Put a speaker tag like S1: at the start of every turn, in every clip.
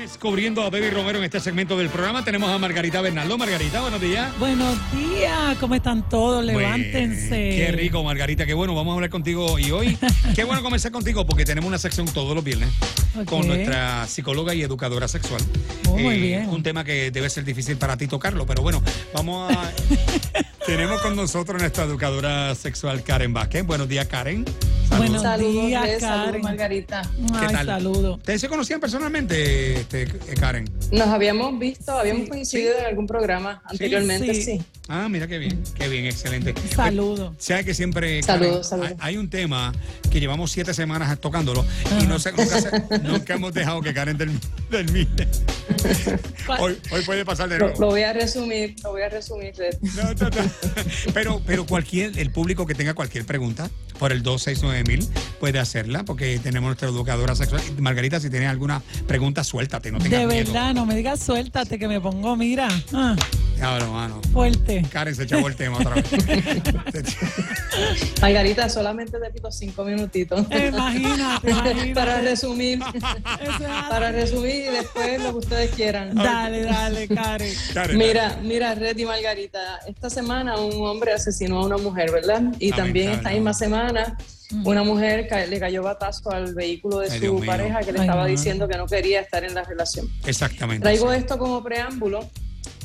S1: descubriendo a Baby Romero en este segmento del programa. Tenemos a Margarita Bernardo. Margarita, buenos días.
S2: Buenos días, ¿cómo están todos? Levántense.
S1: Bueno, qué rico, Margarita, qué bueno. Vamos a hablar contigo y hoy. Qué bueno conversar contigo porque tenemos una sección todos los viernes
S2: Ok.
S1: con nuestra psicóloga y educadora sexual. Eh,
S2: Oh, muy bien.
S1: Un tema que debe ser difícil para ti tocarlo, pero bueno, vamos a. tenemos con nosotros nuestra educadora sexual Karen Vázquez. Buenos días, Karen.
S2: Buenos
S3: Saludos,
S2: días,
S3: Andrés, saludos,
S2: Karen.
S3: Margarita.
S1: ¿Qué
S2: Ay,
S1: tal?
S2: saludo.
S1: ¿Ustedes se conocían personalmente, este, eh, Karen?
S3: Nos habíamos visto, habíamos
S1: Sí,
S3: coincidido en algún programa anteriormente,
S2: sí.
S3: sí.
S1: Ah, mira qué bien, qué bien, excelente.
S2: Saludo.
S1: Sabes que siempre
S3: Saludos, saludos.
S1: hay- Hay, un tema que llevamos siete semanas tocándolo y no sé, nunca, se- nunca hemos dejado que Karen termine. termine.
S2: ¿Cuál?
S1: Hoy, hoy puede pasar de
S3: Lo, lo
S1: nuevo.
S3: voy a resumir, lo voy a resumir. Red.
S1: No, no, no. Pero, pero cualquier, el público que tenga cualquier pregunta por el 269000 puede hacerla porque tenemos nuestra educadora sexual. Margarita, si tienes alguna pregunta, suéltate, no tengas
S2: De
S1: miedo.
S2: verdad, no me digas suéltate que me pongo, mira, ah,
S1: Ya, bueno, mano.
S2: fuerte.
S1: Karen se echó el tema otra vez.
S3: Margarita, solamente te pido cinco minutitos.
S2: Imagínate,
S3: Para
S2: imagínate.
S3: resumir,
S2: Eso es así.
S3: para resumir y después lo que ustedes quieran.
S2: Dale, dale, Karen.
S1: Karen,
S3: Mira, mira, Red y Margarita, esta semana un hombre asesinó a una mujer, ¿verdad? Y también esta
S1: Lamentable.
S3: misma semana una mujer ca- le cayó batazo al vehículo de
S1: Ay, Dios
S3: su
S1: mío.
S3: pareja que le
S2: Ay,
S3: estaba
S2: madre.
S3: diciendo que no quería estar en la relación.
S1: Exactamente.
S3: Traigo
S1: sí.
S3: esto como preámbulo.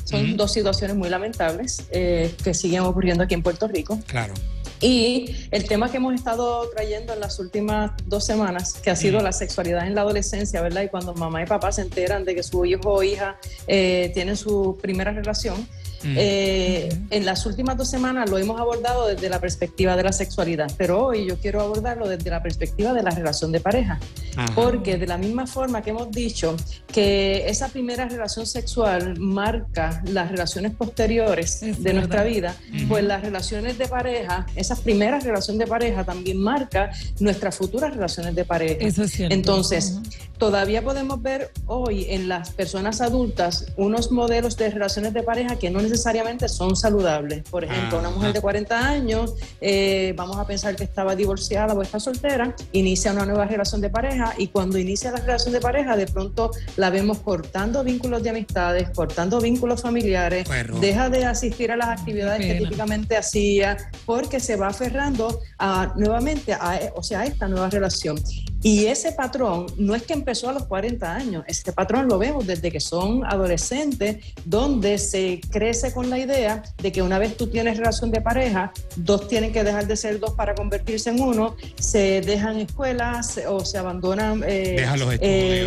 S3: Son
S1: Ujú.
S3: dos situaciones muy lamentables eh, que siguen ocurriendo aquí en Puerto Rico.
S1: Claro.
S3: Y el tema que hemos estado trayendo en las últimas dos semanas, que ha sido
S1: Ujú.
S3: la sexualidad en la adolescencia, ¿verdad? Y cuando mamá y papá se enteran de que su hijo o hija eh, tienen su primera relación.
S1: Mm.
S3: eh,
S2: Ujú.
S3: En las últimas dos semanas lo hemos abordado desde la perspectiva de la sexualidad, pero hoy yo quiero abordarlo desde la perspectiva de la relación de pareja.
S1: Ajá.
S3: Porque de la misma forma que hemos dicho que esa primera relación sexual marca las relaciones posteriores
S2: Es
S3: de nuestra
S2: verdad.
S3: vida,
S1: Ujú.
S3: pues las relaciones de pareja, esas primeras relaciones de pareja también marca nuestras futuras relaciones de pareja.
S2: Eso es cierto.
S3: Entonces,
S2: Ujú.
S3: Todavía podemos ver hoy en las personas adultas unos modelos de relaciones de pareja que no necesariamente son saludables. Por ejemplo, una mujer
S1: Ajá.
S3: de 40 años, eh, vamos a pensar que estaba divorciada o está soltera, inicia una nueva relación de pareja y cuando inicia la relación de pareja, de pronto la vemos cortando vínculos de amistades, cortando vínculos familiares,
S1: Qué error.
S3: deja de asistir a las actividades que
S2: pena.
S3: típicamente hacía, porque se va aferrando a, nuevamente a, o sea, a esta nueva relación. Y ese patrón no es que empezó a los 40 años, ese patrón lo vemos desde que son adolescentes, donde se crece con la idea de que una vez tú tienes relación de pareja, dos tienen que dejar de ser dos para convertirse en uno, se dejan escuelas se- o se abandonan eh,
S1: Dejan los
S3: eh,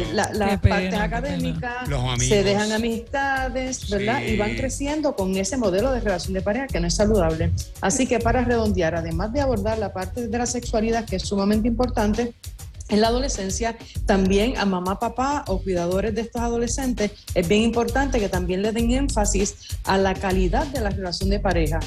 S1: estudios.
S3: la- las
S2: Qué pena, qué
S3: partes
S2: pena.
S3: académicas,
S1: Los amigos.
S3: se dejan amistades, ¿verdad?
S1: Sí.
S3: Y van creciendo con ese modelo de relación de pareja que no es saludable. Así que para redondear, además de abordar la parte de la sexualidad, que es sumamente importante, en la adolescencia, también a mamá, papá o cuidadores de estos adolescentes, es bien importante que también le den énfasis a la calidad de la relación de pareja.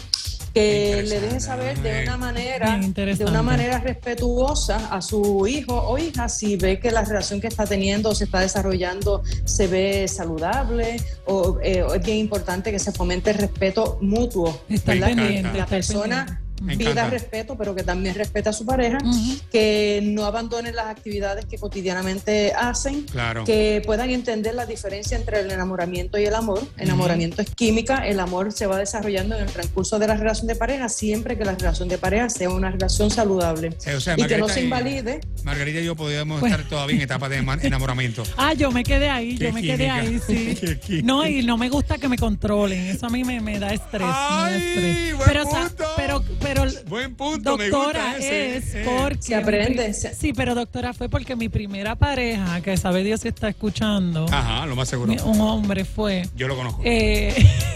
S3: Que le deje saber de una manera,
S2: Bien
S3: de
S2: interesante.
S3: una manera respetuosa a su hijo o hija si ve que la relación que está teniendo o se está desarrollando se ve saludable o, eh, o es bien importante que se fomente el respeto mutuo.
S2: Está
S1: Me encanta.
S2: pendiente.
S3: La
S2: está
S3: persona
S1: Me
S2: pendiente.
S3: pida
S1: encanta. Mm.
S3: respeto, pero que también respeta a su pareja,
S2: Ujú.
S3: que no abandonen las actividades que cotidianamente hacen,
S1: Claro.
S3: que puedan entender la diferencia entre el enamoramiento y el amor. Enamoramiento es química, el amor se va desarrollando en el transcurso de la relación de pareja, siempre que la relación de pareja sea una relación saludable.
S1: Eh, o sea,
S3: y que no
S1: Margarita
S3: se
S1: y-
S3: invalide.
S1: Margarita y yo podíamos
S2: Pues-
S1: estar todavía en etapa de ma- enamoramiento.
S2: Ah, yo me quedé ahí,
S1: Qué
S2: yo me quedé
S1: química.
S2: ahí,
S1: Qué
S2: sí.
S1: química.
S2: No, y no me gusta que me controlen, eso a mí me, me da estrés. me da
S1: Ay,
S2: estrés.
S1: buen
S2: pero, sa-
S1: punto.
S2: pero, pero,
S1: Buen punto, me gusta
S2: Doctora,
S1: ese.
S2: es
S1: eh.
S2: porque...
S3: Se aprende,
S2: mi-
S3: se-
S2: Sí, pero doctora, fue porque mi primera pareja, que sabe Dios si está escuchando,
S1: Ajá, lo más Ah, seguro.
S2: mi- un hombre fue...
S1: Yo lo conozco.
S2: eh,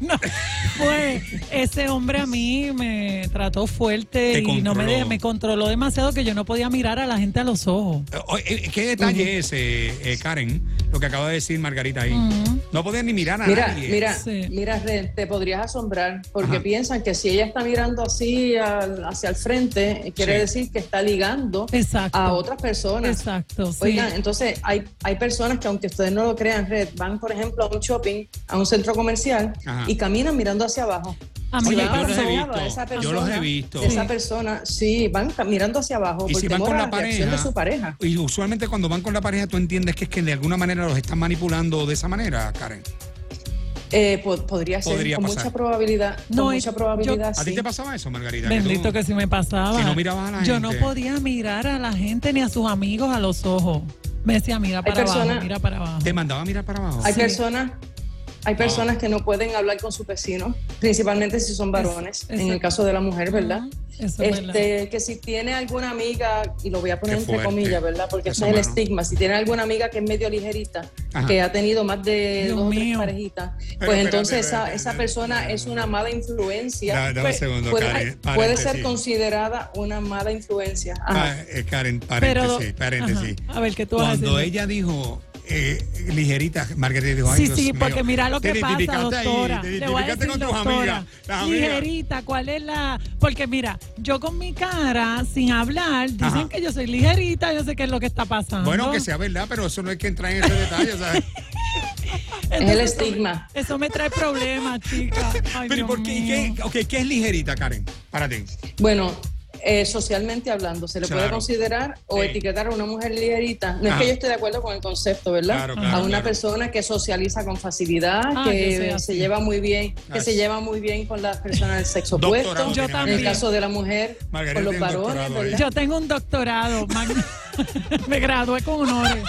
S2: no, fue ese hombre a mí me trató fuerte
S1: Te
S2: y no me,
S1: controló.
S2: de- me controló demasiado que yo no podía mirar a la gente a los ojos.
S1: Eh, oh, eh, ¿Qué detalle es, eh, eh, Karen, lo que acaba de decir Margarita ahí?
S2: Ujú.
S1: No podías ni mirar a
S3: Mm. Mira,
S1: nadie.
S3: mira,
S2: Sí.
S3: mira, Red, te podrías asombrar porque
S1: Ajá.
S3: piensan que si ella está mirando así al- hacia el frente, eh, quiere
S1: Sí.
S3: decir que está ligando
S2: Exacto.
S3: a otras personas.
S2: Exacto, sí.
S3: Oigan, entonces hay, hay personas que aunque ustedes no lo crean, Red, van por ejemplo a un shopping, a un centro comercial
S1: Ajá.
S3: y caminan mirando hacia abajo.
S2: A
S1: Oye,
S2: mí me
S1: yo los he
S2: pasó.
S1: visto.
S3: Pegado a esa
S1: Yo los he
S3: persona.
S1: visto.
S3: de esa persona, sí, van ca- mirando hacia abajo
S1: Y
S3: por
S1: si van
S3: temor
S1: con
S3: a
S1: la
S3: la reacción
S1: pareja-
S3: de su pareja.
S1: Y usualmente cuando van con la pareja, tú entiendes que es que de alguna manera los están manipulando de esa manera, Karen.
S3: Eh, po- podría ser
S1: Podría
S3: con
S1: pasar.
S3: mucha probabilidad,
S2: No,
S3: con
S2: y
S3: mucha
S2: yo-
S3: probabilidad.
S1: ¿A ti
S3: sí.
S1: te pasaba eso, Margarita? Que tú-
S2: Bendito que si me pasaba.
S1: Si no mirabas a la
S2: Yo no
S1: gente.
S2: podía mirar a la gente ni a sus amigos a los ojos. Me decía, mira para abajo,
S3: personas-
S2: mira para abajo.
S1: ¿Te mandaba a mirar para abajo?
S3: Hay
S2: Sí. Ah.
S3: personas, hay personas que no pueden hablar con sus vecinos, principalmente si son varones,
S2: es-
S3: en el caso de la mujer, ¿verdad?
S2: Ajá, Eso es verdad.
S3: Este, que si tiene alguna amiga, y lo voy a poner
S1: Qué
S3: entre
S1: fuerte.
S3: comillas, ¿verdad? Porque
S1: Eso,
S3: ese es el
S1: mano.
S3: estigma. Si tiene alguna amiga que es medio ligerita,
S1: Ajá.
S3: que ha tenido más de
S2: Dios
S3: dos o tres
S2: mío.
S3: parejitas, pues
S1: espérate,
S3: entonces
S1: espérate,
S3: esa,
S1: espérate,
S3: esa
S1: espérate.
S3: persona es una mala influencia.
S1: Da- da un
S3: Pues,
S1: segundo,
S3: puede,
S1: Karen,
S3: puede
S1: paréntesis.
S3: ser considerada una mala influencia. Ajá.
S1: Pa- eh, Karen,
S2: Pero,
S1: paréntesis, paréntesis.
S2: ajá, a ver, ¿qué tú vas a
S1: Cuando
S2: decir?
S1: ella dijo eh, ligerita, Margarita dijo, ay,
S2: sí,
S1: Dios
S2: sí,
S1: mío.
S2: porque mira lo
S1: Te
S2: que pasa,
S1: identificaste ahí,
S2: doctora.
S1: te
S2: Le voy a
S1: identificaste
S2: decir,
S1: con tus
S2: doctora,
S1: amigas. las amigas.
S2: ligerita, ¿cuál es la...? Porque mira, yo con mi cara, sin hablar, dicen
S1: Ajá.
S2: que yo soy ligerita, yo sé qué es lo que está pasando.
S1: Bueno, que sea verdad, pero eso no hay que entrar en ese detalle, ¿sabes?
S3: Es el
S2: Entonces, eso me-
S3: estigma.
S2: Eso me trae problemas, chica. Ay,
S1: pero ¿y
S2: Dios
S1: por qué, ¿Y
S2: mío.
S1: qué, ok, ¿qué es ligerita, Karen? Para ti.
S3: Bueno, eh, socialmente hablando, se le puede
S1: Claro.
S3: considerar o
S1: Sí.
S3: etiquetar a una mujer ligerita. No es
S1: Ajá.
S3: que yo esté de acuerdo con el concepto, ¿verdad?
S1: Claro, claro,
S3: a una
S1: claro.
S3: persona que socializa con facilidad,
S2: Ah, yo soy
S3: que
S2: así.
S3: se lleva muy bien, que
S1: Ay.
S3: se lleva muy bien con las personas del sexo
S1: Doctorado
S3: opuesto.
S1: tiene
S2: Yo
S1: Margarita.
S3: En el
S2: también.
S3: caso de la mujer,
S1: Margarita
S3: con los
S1: tiene un
S3: varones,
S1: doctorado ahí.
S3: ¿verdad?
S2: Yo tengo un doctorado. mag- me gradué con honores.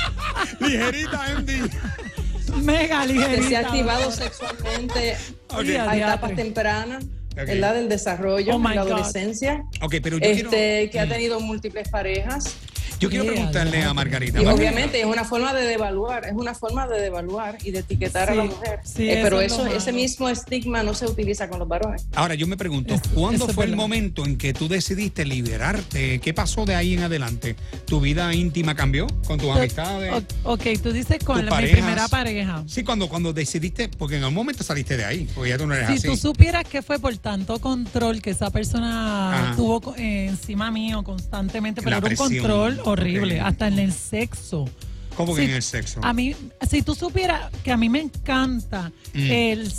S1: Ligerita, Andy.
S2: Mega ligerita.
S3: que se ha activado
S2: doctora.
S3: sexualmente
S1: Ok.
S2: Ya,
S3: a etapas
S2: diatre.
S3: tempranas,
S1: Ok.
S3: ¿verdad? Del desarrollo,
S2: Oh, my
S3: de la
S2: God.
S3: adolescencia,
S1: Ok, pero yo
S3: este,
S1: quiero, Mm.
S3: que ha tenido múltiples parejas.
S1: yo quiero
S2: Yeah,
S1: preguntarle
S2: yeah.
S1: a Margarita.
S3: Y
S1: Margarita,
S3: obviamente es una forma de devaluar, es una forma de devaluar y de etiquetar a la
S2: Sí,
S3: mujer.
S2: sí,
S3: Eh,
S2: eso
S3: pero
S2: es lo
S3: eso, ese
S2: malo.
S3: mismo estigma no se utiliza con los varones.
S1: Ahora yo me pregunto,
S2: Eso-
S1: ¿cuándo
S2: eso es
S1: fue el
S2: verdad.
S1: momento en que tú decidiste liberarte? ¿Qué pasó de ahí en adelante? ¿Tu vida íntima cambió con tus amistades?
S2: O- ok, tú dices
S1: Tus
S2: con la- mi
S1: parejas.
S2: primera pareja.
S1: Sí, cuando, cuando decidiste, porque en algún momento saliste de ahí, porque ya tú no eres
S2: Si
S1: así.
S2: tú supieras que fue por tanto control que esa persona
S1: Ajá.
S2: tuvo co- eh, encima mío constantemente, pero
S1: La
S2: era
S1: presión.
S2: un control horrible,
S1: Ok.
S2: hasta en el sexo.
S1: ¿Cómo que
S2: sí,
S1: en el sexo?
S2: A mí, si tú supieras que a mí me encanta
S1: Mm.
S2: el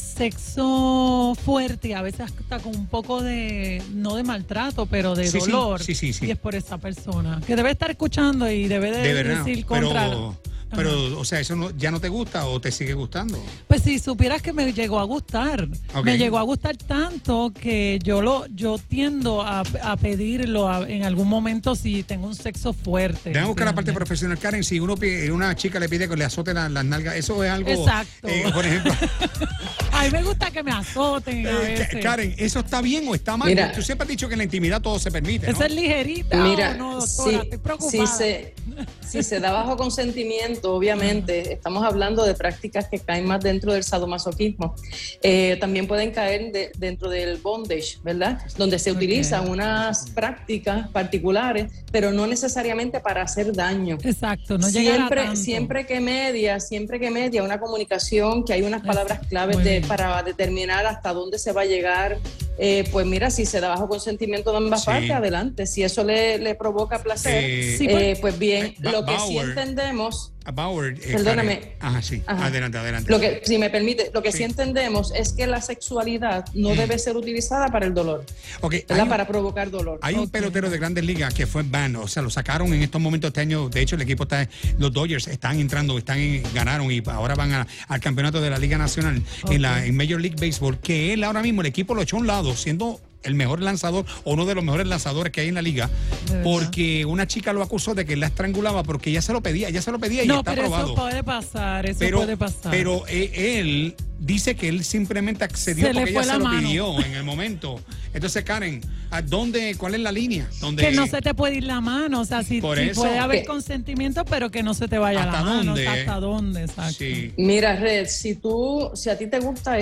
S2: sexo fuerte, a veces hasta con un poco de, no de maltrato, pero de
S1: Sí, sí,
S2: dolor.
S1: sí, sí, sí.
S2: Y es por esa persona que debe estar escuchando y debe de,
S1: de verdad.
S2: decir contra.
S1: Pero, pero, o sea, ¿eso no, ya no te gusta o te sigue gustando?
S2: Pues si supieras que me llegó a gustar,
S1: Ok.
S2: me llegó a gustar tanto que yo lo, yo tiendo a, a pedirlo a- en algún momento si tengo un sexo fuerte.
S1: Déjame buscar la parte
S2: ¿entiendes?
S1: profesional, Karen. Si uno pide- una chica le pide que le azote la- las nalgas, eso es algo.
S2: Exacto.
S1: eh, por ejemplo,
S2: A mí me gusta que me azoten a
S1: eh,
S2: veces.
S1: Karen, ¿eso está bien o está mal?
S3: Mira.
S1: tú siempre has dicho que en la intimidad todo se permite. ¿no?
S2: Esa es ligerita.
S3: Mira,
S2: o Ah, no, doctora,
S3: si,
S2: estoy preocupada.
S3: si se, si se da bajo consentimiento, obviamente, estamos hablando de prácticas que caen más dentro del sadomasoquismo. Eh, también pueden caer de- dentro del bondage, ¿verdad? Donde se
S2: Ok.
S3: utilizan unas prácticas particulares, pero no necesariamente para hacer daño.
S2: Exacto, no llegar a
S3: siempre,
S2: tanto.
S3: siempre que media, siempre que media una comunicación, que hay unas palabras
S2: Exacto,
S3: claves
S2: muy
S3: de,
S2: bien.
S3: para determinar hasta dónde se va a llegar. Eh, pues mira, si se da bajo consentimiento de ambas
S1: Sí.
S3: partes, adelante. Si eso le, le provoca placer,
S1: Eh,
S2: Sí,
S3: eh,
S2: porque-
S3: pues bien,
S1: Ba-
S3: lo que sí
S1: Bauer.
S3: entendemos,
S1: Bauer, eh,
S3: Perdóname.
S1: Karen. Ajá, sí.
S3: Ajá.
S1: Adelante, adelante.
S3: lo que, si me permite, lo que
S1: Sí.
S3: sí entendemos es que la sexualidad no
S1: Mm.
S3: debe ser utilizada para el dolor,
S1: Ok, hay
S3: ¿verdad?
S1: un-
S3: Para provocar dolor.
S1: Hay un
S2: Ok.
S1: pelotero de grandes ligas que fue en vano, o sea, lo sacaron en estos momentos este año. De hecho, el equipo está, los Dodgers están entrando, están en- ganaron y ahora van a- al campeonato de la Liga Nacional en la en Major League Baseball, que él ahora mismo el equipo lo echó a un lado, siendo el mejor lanzador o uno de los mejores lanzadores que hay en la liga,
S2: De verdad.
S1: porque una chica lo acusó de que él la estrangulaba porque ella se lo pedía, ella se lo pedía y
S2: No,
S1: está
S2: pero
S1: aprobado.
S2: eso puede pasar, eso
S1: pero
S2: puede pasar.
S1: pero eh, él dice que él simplemente accedió
S2: Se le
S1: porque ella
S2: fue
S1: se
S2: la
S1: lo
S2: mano.
S1: pidió en el momento. Entonces, Karen, ¿a dónde, ¿cuál es la línea? Donde,
S2: que no se te puede ir la mano, o sea, si,
S1: Por
S2: si
S1: eso.
S2: puede haber
S3: Que-
S2: consentimiento, pero que no se te vaya
S1: ¿Hasta
S2: la mano,
S1: dónde? eh?
S2: hasta dónde, exacto.
S1: Sí.
S3: Mira, Red, si tú, si a ti te gustan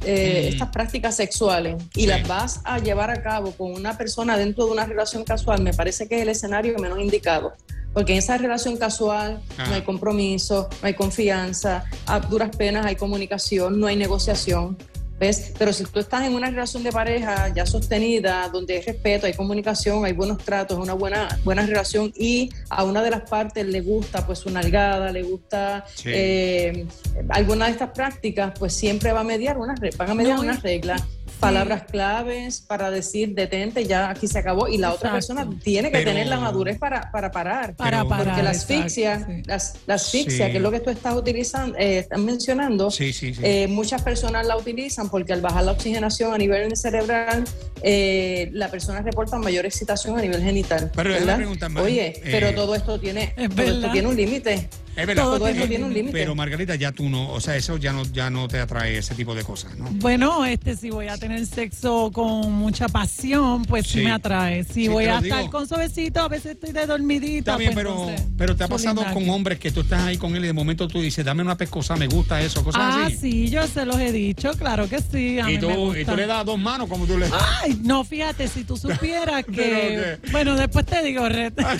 S1: Mm.
S3: estas prácticas sexuales y
S1: Sí.
S3: las vas a llevar a cabo con una persona dentro de una relación casual, me parece que es el escenario menos indicado. Porque en esa relación casual
S1: Ah.
S3: no hay compromiso, no hay confianza, a duras penas hay comunicación, no hay negociación. ¿Ves? Pero si tú estás en una relación de pareja ya sostenida, donde hay respeto, hay comunicación, hay buenos tratos, una buena, buena relación y a una de las partes le gusta pues su nalgada, le gusta
S1: Sí.
S3: eh, alguna de estas prácticas, pues siempre va a mediar unas, re- van a mediar
S2: No, y-
S3: unas reglas. palabras claves para decir detente, ya aquí se acabó. Y la otra
S2: Exacto.
S3: persona tiene que
S1: Pero-
S3: tener la madurez para, para parar.
S2: para
S1: Pero-
S2: parar.
S3: Porque la
S2: exacto,
S3: asfixia,
S2: sí.
S3: las- la asfixia,
S1: Sí.
S3: que es lo que tú estás utilizando, eh, estás mencionando,
S1: Sí, sí, sí.
S3: eh, muchas personas la utilizan porque al bajar la oxigenación a nivel cerebral, eh, la persona reporta mayor excitación a nivel genital.
S1: Pero déjame
S3: ¿verdad?
S1: preguntar, Mar-
S3: Oye,
S1: eh,
S3: pero todo esto tiene,
S2: Es
S3: todo esto
S2: verdad.
S3: tiene un límite.
S1: es verdad.
S3: Todo,
S2: Todo
S3: esto
S2: tiene-
S3: tiene un límite.
S1: Pero Margarita, ya tú no, o sea, eso ya no, ya no te atrae ese tipo de cosas, ¿no?
S2: Bueno, este, si voy a tener sexo con mucha pasión, pues sí,
S1: Sí.
S2: me atrae. Si
S1: Sí,
S2: voy
S1: te lo
S2: a estar
S1: digo.
S2: con suavecito, a veces estoy de dormidita.
S1: Está bien,
S2: pues,
S1: pero,
S2: entonces,
S1: pero te ha
S2: su
S1: pasado
S2: linaje.
S1: con hombres que tú estás ahí con él y de momento tú dices, dame una pescosa, me gusta eso, cosas
S2: Ah,
S1: así.
S2: sí, yo se los he dicho, claro que sí. A
S1: Y
S2: mí me
S1: tú, y tú
S2: gusta.
S1: le das dos manos como tú le
S2: Ay, no, fíjate, si tú supieras que...
S1: Pero
S2: bueno, después te digo, Red. Ah.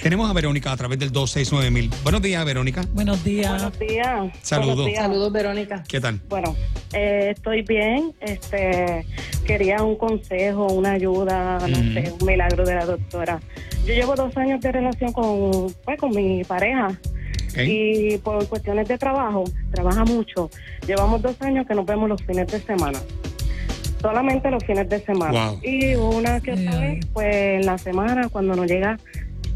S1: Tenemos a Verónica a través del 269.000. Buenos días, Verónica.
S2: Buenos días.
S4: Buenos días.
S1: Saludos.
S4: Buenos días.
S3: Saludos, Verónica.
S1: ¿Qué tal?
S4: Bueno, eh, estoy bien. Este, quería un consejo, una ayuda, no
S1: Mm.
S4: sé, un milagro de la doctora. Yo llevo dos años de relación con, pues, con mi pareja
S1: Ok.
S4: y por cuestiones de trabajo, trabaja mucho. Llevamos dos años que nos vemos los fines de semana. Solamente los fines de semana.
S1: Wow.
S4: Y una que otra
S2: Ya.
S4: vez, pues en la semana, cuando nos llega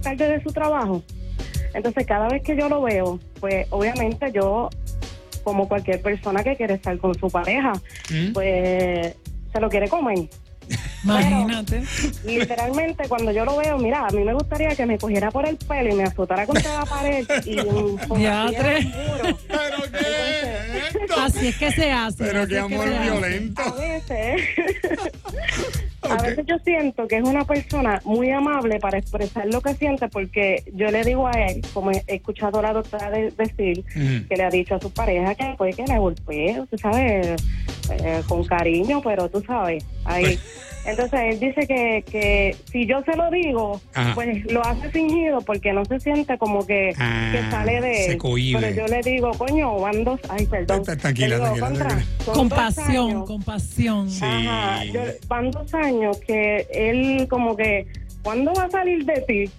S4: tarde de su trabajo. Entonces, cada vez que yo lo veo, pues obviamente yo, como cualquier persona que quiere estar con su pareja,
S1: ¿Mm?
S4: pues se lo quiere comer.
S2: Imagínate.
S4: Literalmente, cuando yo lo veo, mira, a mí me gustaría que me cogiera por el pelo y me azotara contra la pared y me
S2: Diatre.
S4: así en un muro.
S1: Pero qué
S4: Entonces-
S1: esto.
S2: Así es que se hace.
S1: Pero
S2: así
S1: qué
S2: es que
S1: amor
S2: se hace.
S4: A
S1: violento.
S4: veces,
S1: Ok.
S4: a veces yo siento que es una persona muy amable para expresar lo que siente, porque yo le digo a él, como he escuchado a la doctora de- decir,
S1: Mm.
S4: que le ha dicho a su pareja que puede que le golpee, tú sabes, eh, con cariño, pero tú sabes, ahí.
S1: Pues.
S4: Entonces él dice que, que si yo se lo digo,
S1: Ajá.
S4: pues lo hace fingido porque no se siente como que,
S1: Ah,
S4: que sale de
S1: se
S4: él.
S1: cohíbe.
S4: Pero yo le digo, coño, van dos, ay, perdón.
S1: Está- tranquila,
S4: Le digo,
S1: tranquila,
S4: "Contra,
S1: tranquila".
S4: son
S2: Con
S4: dos
S2: pasión,
S4: años".
S2: con pasión.
S1: Sí.
S4: Ajá, yo, van dos años que él como que, ¿cuándo va a salir de ti?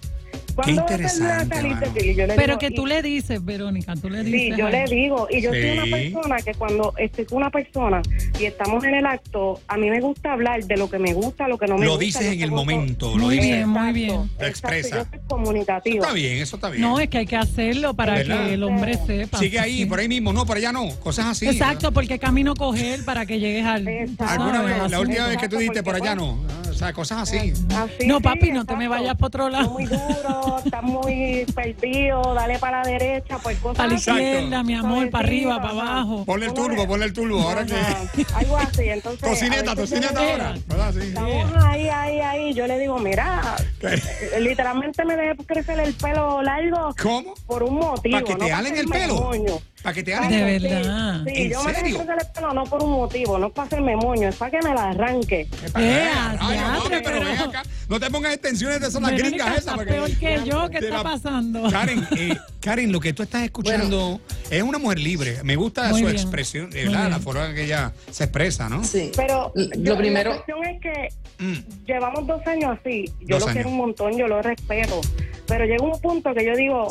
S4: ¿Cuándo va a salir-
S1: interesante,
S4: a salir de
S1: mano.
S4: ti? Y yo le
S2: Pero
S4: digo,
S2: que tú
S4: "Y-
S2: le dices, Verónica, tú le dices.
S4: Sí, yo le
S2: ay,
S4: digo, y yo soy una
S1: Sí.
S4: persona que cuando estoy con una persona y estamos en el acto, a mí me gusta hablar de lo que me gusta, lo que no me
S1: Lo
S4: gusta.
S1: dices
S4: yo
S1: en el
S4: soy-
S1: momento, lo
S2: Muy
S1: dices.
S2: bien, muy bien. Lo
S4: exacto,
S1: expresa.
S4: Yo soy
S1: Eso
S4: comunicativa.
S1: está bien, eso está bien.
S2: No, es que hay que hacerlo para
S1: ¿Verdad?
S2: que el hombre sepa.
S1: Sigue ahí,
S2: Sí.
S1: por ahí mismo, no, por allá no, cosas así.
S2: Exacto, porque camino coger para que llegues al.
S4: Exacto.
S1: Alguna
S4: Ah,
S2: ¿sabes?
S1: vez,
S2: Así.
S1: la última vez que tú
S4: Exacto,
S1: dijiste
S4: porque,
S1: por allá
S4: bueno. Eh,
S1: no. Ah, O sea, cosas así.
S4: Así,
S2: No,
S4: sí,
S2: papi, no te
S4: exacto.
S2: me vayas por otro
S4: Estás
S2: lado.
S4: muy duro, estás muy perdido, dale para la derecha, pues cosas
S2: Para la
S4: así.
S2: izquierda, mi amor, para arriba,
S4: Suavecito,
S2: para
S4: ajá.
S2: abajo.
S1: Ponle el turbo, ponle el turbo. Ahora que.
S4: Ajá, Algo así, entonces. a
S1: Tocineta,
S4: veces yo
S1: tocineta
S4: le-
S1: ahora. Cosas así.
S4: Estamos ahí, ahí, ahí. Yo le digo, mira, eh, literalmente me dejé crecer el pelo largo
S1: ¿Cómo?
S4: por un motivo.
S1: ¿Para que
S4: no
S1: te halen
S4: ser
S1: el pelo?
S4: moño.
S1: ¿Para que te
S2: De
S1: hagan?
S2: verdad.
S4: Ay, Sí, sí,
S1: ¿En
S4: yo me dejé
S1: serio?
S4: crecer el pelo no por un motivo, no es para hacerme moño, es para que me la arranque.
S2: Eh,
S1: Ay, no, mami,
S2: teatro,
S1: pero ven
S2: pero-
S1: acá. No te pongas extensiones de esas las
S2: Verónica,
S1: gringas esas.
S2: estás
S1: porque-
S2: peor que yo, ¿qué
S1: Te
S2: está
S1: la-
S2: pasando?
S1: Karen, eh, Karen, lo que tú estás escuchando es una mujer libre. Me gusta
S2: Muy
S1: su
S2: bien,
S1: expresión, eh,
S2: muy
S1: ¿verdad? La
S2: bien.
S1: forma en que ella se expresa, ¿no?
S3: Sí.
S4: Pero
S3: L-
S4: yo-
S3: lo primero.
S4: La cuestión es que
S1: Mm.
S4: llevamos dos años así. Yo
S1: Dos
S4: lo quiero
S1: años.
S4: un montón, yo lo respeto. Pero llega un punto que yo digo,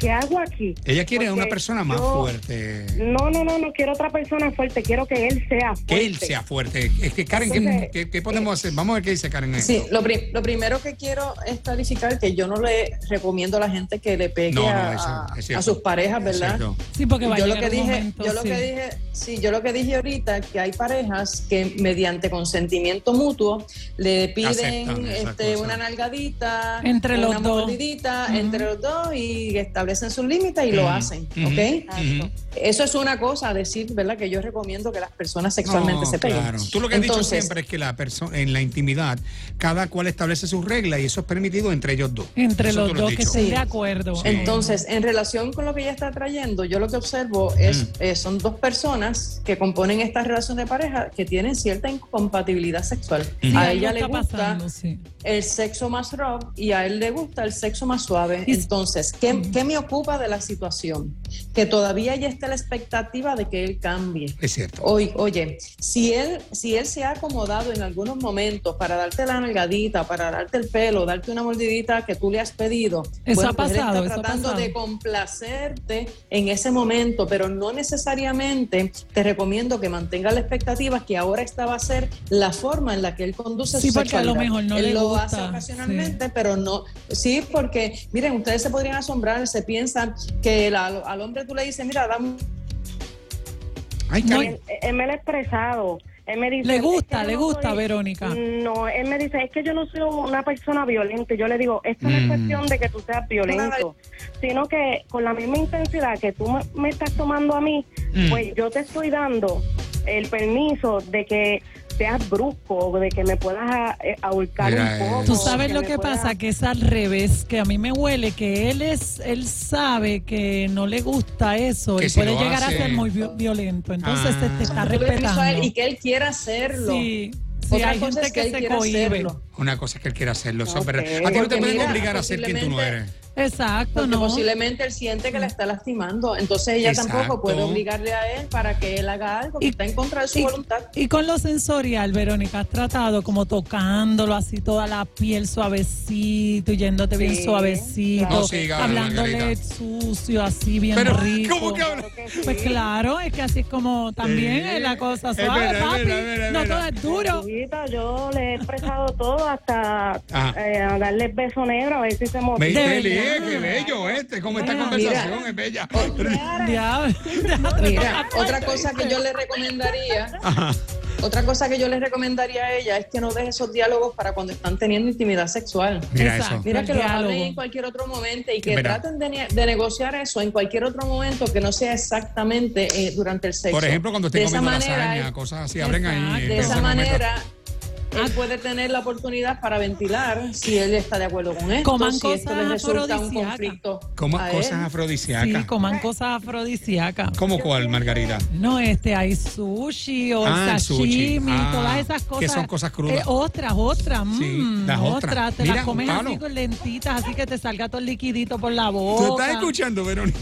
S4: ¿qué hago aquí?
S1: Ella quiere
S4: Porque
S1: una persona más
S4: yo-
S1: fuerte.
S4: No, no, no, no quiero otra persona fuerte, quiero que él sea fuerte.
S1: Que él sea fuerte. Es que, Karen, ¿qué,
S4: Entonces,
S1: qué- qué podemos hacer? Vamos a ver qué dice Karen. en
S3: Sí,
S1: esto.
S3: lo, pri- lo primero que quiero es clarificar que yo no le recomiendo a la gente que le pegue
S1: No, no,
S3: a,
S1: eso es
S3: a- a
S1: cierto.
S3: sus parejas, ¿verdad?
S1: Exacto.
S2: Sí, porque va a
S3: yo lo
S2: llegar
S3: que
S2: un
S3: dije,
S2: momento,
S3: yo lo
S2: sí.
S3: que dije, sí, yo lo que dije ahorita que hay parejas que mediante consentimiento mutuo le
S1: Aceptan
S3: piden
S1: esa
S3: este,
S1: cosa.
S3: una nalgadita,
S2: Entre
S3: una
S2: los dos.
S3: mordidita,
S2: Ujú.
S3: entre los dos y establecen sus límites y lo
S1: Mm,
S3: hacen, ¿ok?
S1: ujú, ujú.
S3: Eso es una cosa a decir, ¿verdad? Que yo recomiendo que las personas sexualmente
S1: No,
S3: se peguen.
S1: claro. Tú lo que has dicho
S3: Entonces,
S1: siempre es que la persona en la intimidad cada cual establece sus reglas y eso es permitido entre ellos dos.
S2: Entre
S1: Eso tú
S2: los
S1: lo has
S2: dos que
S1: dicho.
S2: estén
S3: Sí.
S2: de acuerdo.
S1: Sí.
S3: Entonces, en relación con lo que ella está trayendo, yo lo que observo es,
S1: Mm.
S3: eh, son dos personas que componen esta relación de pareja que tienen cierta incompatibilidad sexual.
S1: Sí,
S3: A
S2: algo
S3: ella le
S2: está
S3: gusta
S2: pasando, sí.
S3: el sexo más rough y a él le gusta el sexo más suave.
S2: Y-
S3: Entonces, ¿qué, qué me ocupa de la situación? que todavía ya está la expectativa de que él cambie.
S1: Es cierto.
S3: Hoy, oye, si él, si él se ha acomodado en algunos momentos para darte la nalgadita, para darte el pelo, darte una mordidita que tú le has pedido,
S2: Eso
S3: bueno,
S2: ha
S3: pues él está
S2: pasado, eso ha
S3: tratando
S2: pasado.
S3: de complacerte en ese momento, pero no necesariamente te recomiendo que mantengas la expectativa que ahora esta va a ser la forma en la que él conduce
S2: Sí,
S3: su
S2: porque a lo
S3: sexualidad.
S2: mejor no
S3: Él
S2: le
S3: lo
S2: gusta,
S3: hace ocasionalmente,
S2: sí.
S3: pero no, sí, porque miren, ustedes se podrían asombrar, se piensan que la- al hombre tú le dices, mira, dame
S1: Ay,
S2: No,
S1: Carmen.
S4: Él, él me lo ha expresado. Él me dice,
S2: Le
S4: "Es que
S2: gusta,
S4: yo
S2: le
S4: no
S2: gusta,
S4: soy-".
S2: Verónica.
S4: No, él me dice, es que yo no soy una persona violenta. Yo le digo, esto no es
S1: Mm.
S4: cuestión de que tú seas violento, sino que con la misma intensidad que tú me, me estás tomando a mí,
S1: Mm.
S4: pues yo te estoy dando el permiso de que seas brusco, de que me puedas a- eh, ahorcar
S1: Mira, eh.
S4: un poco.
S2: Tú sabes lo
S4: me
S2: que
S4: puedas-
S2: pasa, que es al revés, que a mí me huele, que él es, él sabe que no le gusta eso
S1: Que
S2: y
S1: si
S2: puede
S1: lo
S2: llegar
S1: hace-
S2: a ser muy vi- violento. Entonces
S1: Ah.
S2: te, te está
S3: tú le permiso
S2: respetando.
S3: a él y que él quiera hacerlo.
S2: Sí, sí,
S3: Otra
S2: hay
S3: cosa
S2: gente
S3: es
S2: que,
S3: él
S2: se
S3: quiera
S2: cohibe.
S3: hacerlo.
S1: Mm. Una cosa es que él quiera hacerlo. eso es
S4: Ok.
S1: verdad. A ti no
S3: Porque
S1: te pueden
S3: mira,
S1: obligar a ser quien tú no
S3: posiblemente-
S1: eres.
S2: Exacto,
S3: Porque
S2: ¿no?
S3: posiblemente él siente que la está lastimando. Entonces ella
S1: Exacto.
S3: tampoco puede obligarle a él para que él haga algo que
S2: Y-
S3: está en contra de su
S2: y-
S3: voluntad.
S2: Y con lo sensorial, Verónica, has tratado como tocándolo así toda la piel suavecito, y yéndote bien
S4: Sí,
S2: suavecito,
S4: claro.
S1: No siga,
S2: hablándole
S1: Margarita.
S2: sucio, así bien
S1: Pero,
S2: rico.
S1: ¿cómo que habla?
S4: Claro que sí.
S2: Pues claro, es que así es como también
S1: Sí.
S2: es la cosa
S1: Es
S2: suave,
S1: verdad, es
S2: papi.
S1: verdad, es verdad,
S2: no
S1: es
S2: todo es duro.
S4: Bendita, Yo le he expresado todo hasta
S1: Ah.
S4: eh, a darle el beso negro, a ver si se motiva.
S1: Ve-
S4: Ah.
S2: De
S1: Beli, eh,
S2: verdad.
S1: qué bello este, como esta
S2: Mira.
S1: conversación es bella.
S2: Diablo.
S3: Oh, Mira, otra cosa que yo le recomendaría,
S1: Ajá.
S3: otra cosa que yo le recomendaría a ella es que no deje esos diálogos para cuando están teniendo intimidad sexual.
S1: Mira
S2: Exacto.
S1: eso.
S3: Mira
S2: El
S3: que lo
S2: diálogo.
S3: hablen en cualquier otro momento y que
S1: Mira.
S3: traten de, ne- de negociar eso en cualquier otro momento que no sea exactamente eh, durante el sexo.
S1: Por ejemplo, cuando
S3: de
S1: estén
S3: esa
S1: comiendo
S3: manera,
S1: lasaña,
S3: él-
S1: cosas así, abren ahí.
S2: Exacto.
S1: en
S3: de esa
S1: ese momento.
S3: manera él puede tener la oportunidad para ventilar si él está de acuerdo con esto,
S2: Coman
S3: si esto
S2: cosas
S3: le resulta un
S2: afrodisíacas.
S3: conflicto.
S1: Como
S3: a él.
S1: cosas
S2: Sí,
S1: afrodisíacas.
S2: coman cosas afrodisíacas.
S1: ¿Cómo cuál, Margarita?
S2: No, este, hay sushi o
S1: Ah, el sushi.
S2: sashimi,
S1: Ah,
S2: todas esas
S1: que
S2: cosas.
S1: son cosas crudas.
S2: Eh, otras, otras.
S1: Sí,
S2: mm,
S1: las otras.
S2: otras. Te
S1: Mira,
S2: las comes
S1: Pablo.
S2: así con lentitas, así que te salga todo el liquidito por la boca.
S1: ¿Tú estás escuchando, Verónica?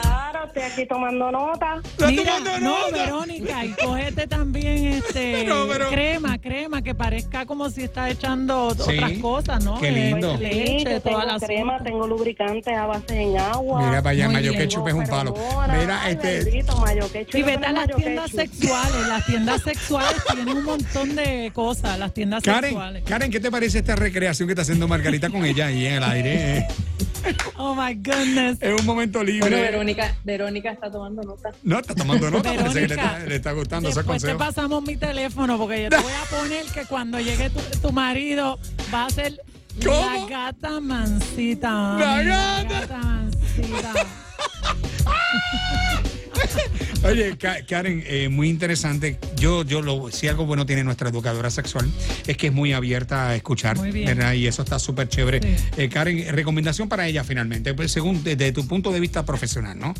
S4: Claro, estoy aquí tomando nota.
S1: ¿Estás
S2: Mira,
S1: tomando
S2: no,
S1: nota?
S2: Verónica, y cógete también este
S1: No, pero-
S2: crema, crema, que parezca como si está echando
S1: Sí.
S2: otras cosas, ¿no?
S1: Qué
S2: Eh,
S1: lindo.
S4: Sí,
S2: Leche,
S4: yo tengo
S2: toda la
S4: crema, tengo lubricantes a base en agua.
S1: Mira para allá,
S2: Muy
S1: Mayo
S2: bien.
S1: que es un palo.
S4: Feromona.
S1: Mira,
S4: Ay,
S1: este.
S4: bendito, mayo quechu.
S2: Y
S4: Yo
S2: vete
S4: tengo
S2: a las
S4: mayo
S2: tiendas
S4: quechu.
S2: sexuales. Las tiendas sexuales tienen un montón de cosas. Las tiendas
S1: Karen,
S2: sexuales.
S1: Karen, ¿qué te parece esta recreación que está haciendo Margarita con ella ahí en el aire?
S2: Oh my goodness.
S1: Es un momento libre.
S3: Bueno, Verónica, Verónica está tomando nota.
S1: No, está tomando nota, parece que le
S2: Verónica,
S1: está, le está gustando esos
S2: Después te
S1: consejos.
S2: pasamos mi teléfono porque yo te voy a poner que cuando llegue tu, tu marido va a ser
S1: ¿Cómo?
S2: la gata mansita. mami,
S1: La
S2: la
S1: gata.
S2: gata mansita.
S1: Oye, Ka- Karen, eh, muy interesante. Yo, yo lo, si algo bueno tiene nuestra educadora sexual es que es muy abierta a escuchar,
S2: Muy bien.
S1: ¿verdad? Y eso está súper chévere.
S2: Sí.
S1: Eh, Karen, recomendación para ella finalmente, pues, según desde tu punto de vista profesional, ¿no?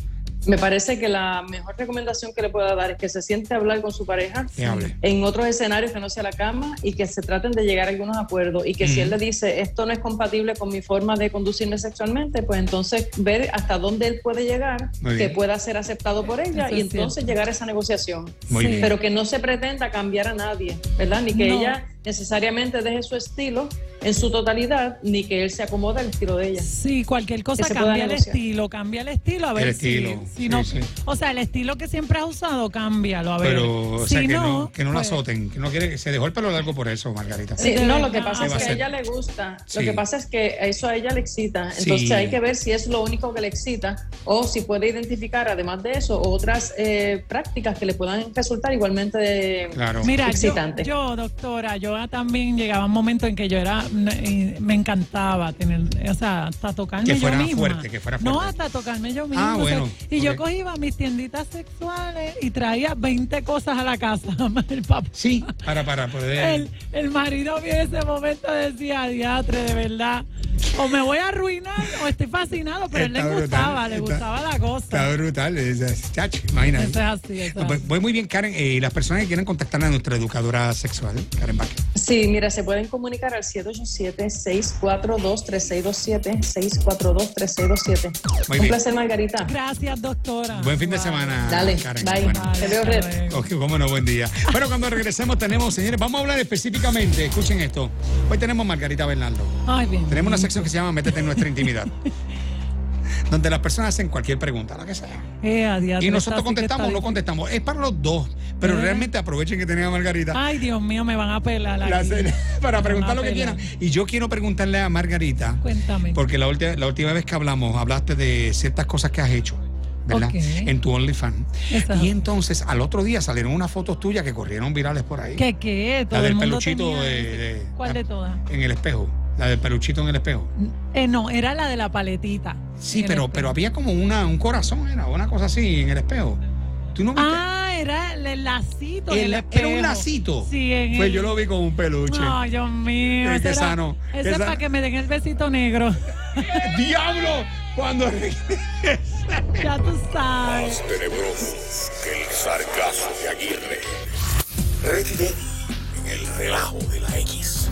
S3: Me parece que la mejor recomendación que le pueda dar es que se siente a hablar con su pareja
S1: Que hable.
S3: en otros escenarios que no sea la cama y que se traten de llegar a algunos acuerdos y que
S1: Mm.
S3: si él le dice esto no es compatible con mi forma de conducirme sexualmente, pues entonces ver hasta dónde él puede llegar,
S1: Muy bien.
S3: que pueda ser aceptado por ella
S2: Eso
S3: y
S2: es
S3: entonces
S2: cierto.
S3: llegar a esa negociación.
S1: Muy
S2: Sí.
S1: bien.
S3: Pero que no se pretenda cambiar a nadie, ¿verdad? Ni que
S2: No.
S3: ella necesariamente deje su estilo en su totalidad, ni que él se acomode al estilo de ella.
S2: Sí, cualquier cosa
S3: Que se pueda
S2: cambia el
S3: negociar.
S2: estilo, cambia el estilo a ver
S1: El
S2: si-
S1: estilo,
S2: si,
S1: sí,
S2: no,
S1: sí.
S2: o sea, el estilo que siempre has usado, cámbialo a ver.
S1: Pero, o sea,
S2: Si
S1: que no, que no la
S2: pues,
S1: azoten, que no quiere que se dejó el pelo largo por eso, Margarita.
S3: Sí,
S2: De
S3: no,
S2: verdad.
S3: lo que pasa
S1: ¿Qué
S3: es
S1: va a
S3: que a
S1: ser?
S3: ella le gusta.
S1: Sí.
S3: Lo que pasa es que eso a ella le excita.
S1: Sí.
S3: Entonces hay que ver si es lo único que le excita o si puede identificar, además de eso, otras eh, prácticas que le puedan resultar igualmente de.
S1: Claro.
S2: Mira, yo,
S3: Excitante.
S2: yo, doctora, yo también llegaba un momento en que yo era, me me encantaba tener, o sea, hasta tocarme
S1: Que
S2: yo
S1: fuera
S2: misma.
S1: fuerte, que fuera
S2: No,
S1: fuerte.
S2: hasta tocarme yo misma.
S1: Ah,
S2: o sea,
S1: bueno,
S2: y yo
S1: ok.
S2: cogía mis tienditas sexuales y traía 20 cosas a la casa. El papá.
S1: Sí, para, para poder.
S2: El, el marido vio ese momento y decía, diatre, de verdad. o me voy a arruinar o estoy fascinado, pero
S1: Está
S2: él le
S1: brutal,
S2: gustaba, le
S1: está-
S2: gustaba la
S1: Está
S2: cosa.
S1: brutal, es- es- chacho, imagínate.
S2: Eso es así, eso es
S1: Ah, pues,
S2: así.
S1: Voy muy bien, Karen. Eh, las personas que quieran contactar a nuestra educadora sexual, Karen Vázquez.
S3: Sí, mira, se pueden comunicar al 787-642-3627, 642-3627.
S1: Muy
S3: Un
S1: bien.
S3: placer, Margarita.
S2: Gracias, doctora.
S1: Buen fin de
S2: Wow.
S1: semana.
S3: Dale,
S1: Karen.
S3: bye.
S1: Bueno.
S2: Vale,
S3: Te veo,
S2: hasta
S3: Red.
S2: luego.
S1: Ok, cómo no, buen día. Bueno, cuando regresemos tenemos, señores, vamos a hablar específicamente, escuchen esto. Hoy tenemos a Margarita Bernardo.
S2: Ay, bien.
S1: Tenemos una sección que se llama Métete en nuestra intimidad, donde las personas hacen cualquier pregunta, la que sea.
S2: Eh, a diatre,
S1: Y
S2: esta
S1: nosotros
S2: sí que está
S1: contestamos o no
S2: difícil.
S1: contestamos. Es para los dos, pero
S2: ¿Eh? Ah,
S1: realmente aprovechen que tienen a Margarita
S2: Ay, Dios mío, me van a pelar.
S1: la
S2: aquí.
S1: cena para
S2: Me
S1: preguntar
S2: van a
S1: lo que
S2: pelar.
S1: quieran. Y yo quiero preguntarle a Margarita,
S2: Cuéntame.
S1: porque la última, la última vez que hablamos, hablaste de ciertas cosas que has hecho, ¿verdad?
S2: Ok.
S1: En tu OnlyFans.
S2: Exacto.
S1: Y entonces, al otro día salieron unas fotos tuyas que corrieron virales por ahí.
S2: ¿Qué, qué? Todo
S1: La del
S2: el mundo
S1: peluchito
S2: tenía-
S1: de- de- ah.
S2: ¿Cuál de todas?
S1: En el espejo. La del peluchito en el espejo.
S2: Eh, no, era la de la paletita.
S1: Sí,
S2: En el
S1: pero,
S2: espejo.
S1: pero había como una, un corazón, era una cosa así en el espejo. ¿Tú no viste?
S2: Ah, era el, el lacito
S1: El-
S2: del
S1: era un
S2: espejo.
S1: lacito.
S2: Sí, en
S1: Pues
S2: el-
S1: yo lo vi con un peluche.
S2: Ay, Dios mío.
S1: Qué-
S2: ese
S1: qué
S2: era-
S1: sano, qué
S2: Ese es
S1: sano.
S2: para que me den el besito negro.
S1: ¡Diablo! Cuando
S2: ya tú sabes.
S5: Más tenebroso que el sargazo de Aguirre. Retiré en el relajo de la X.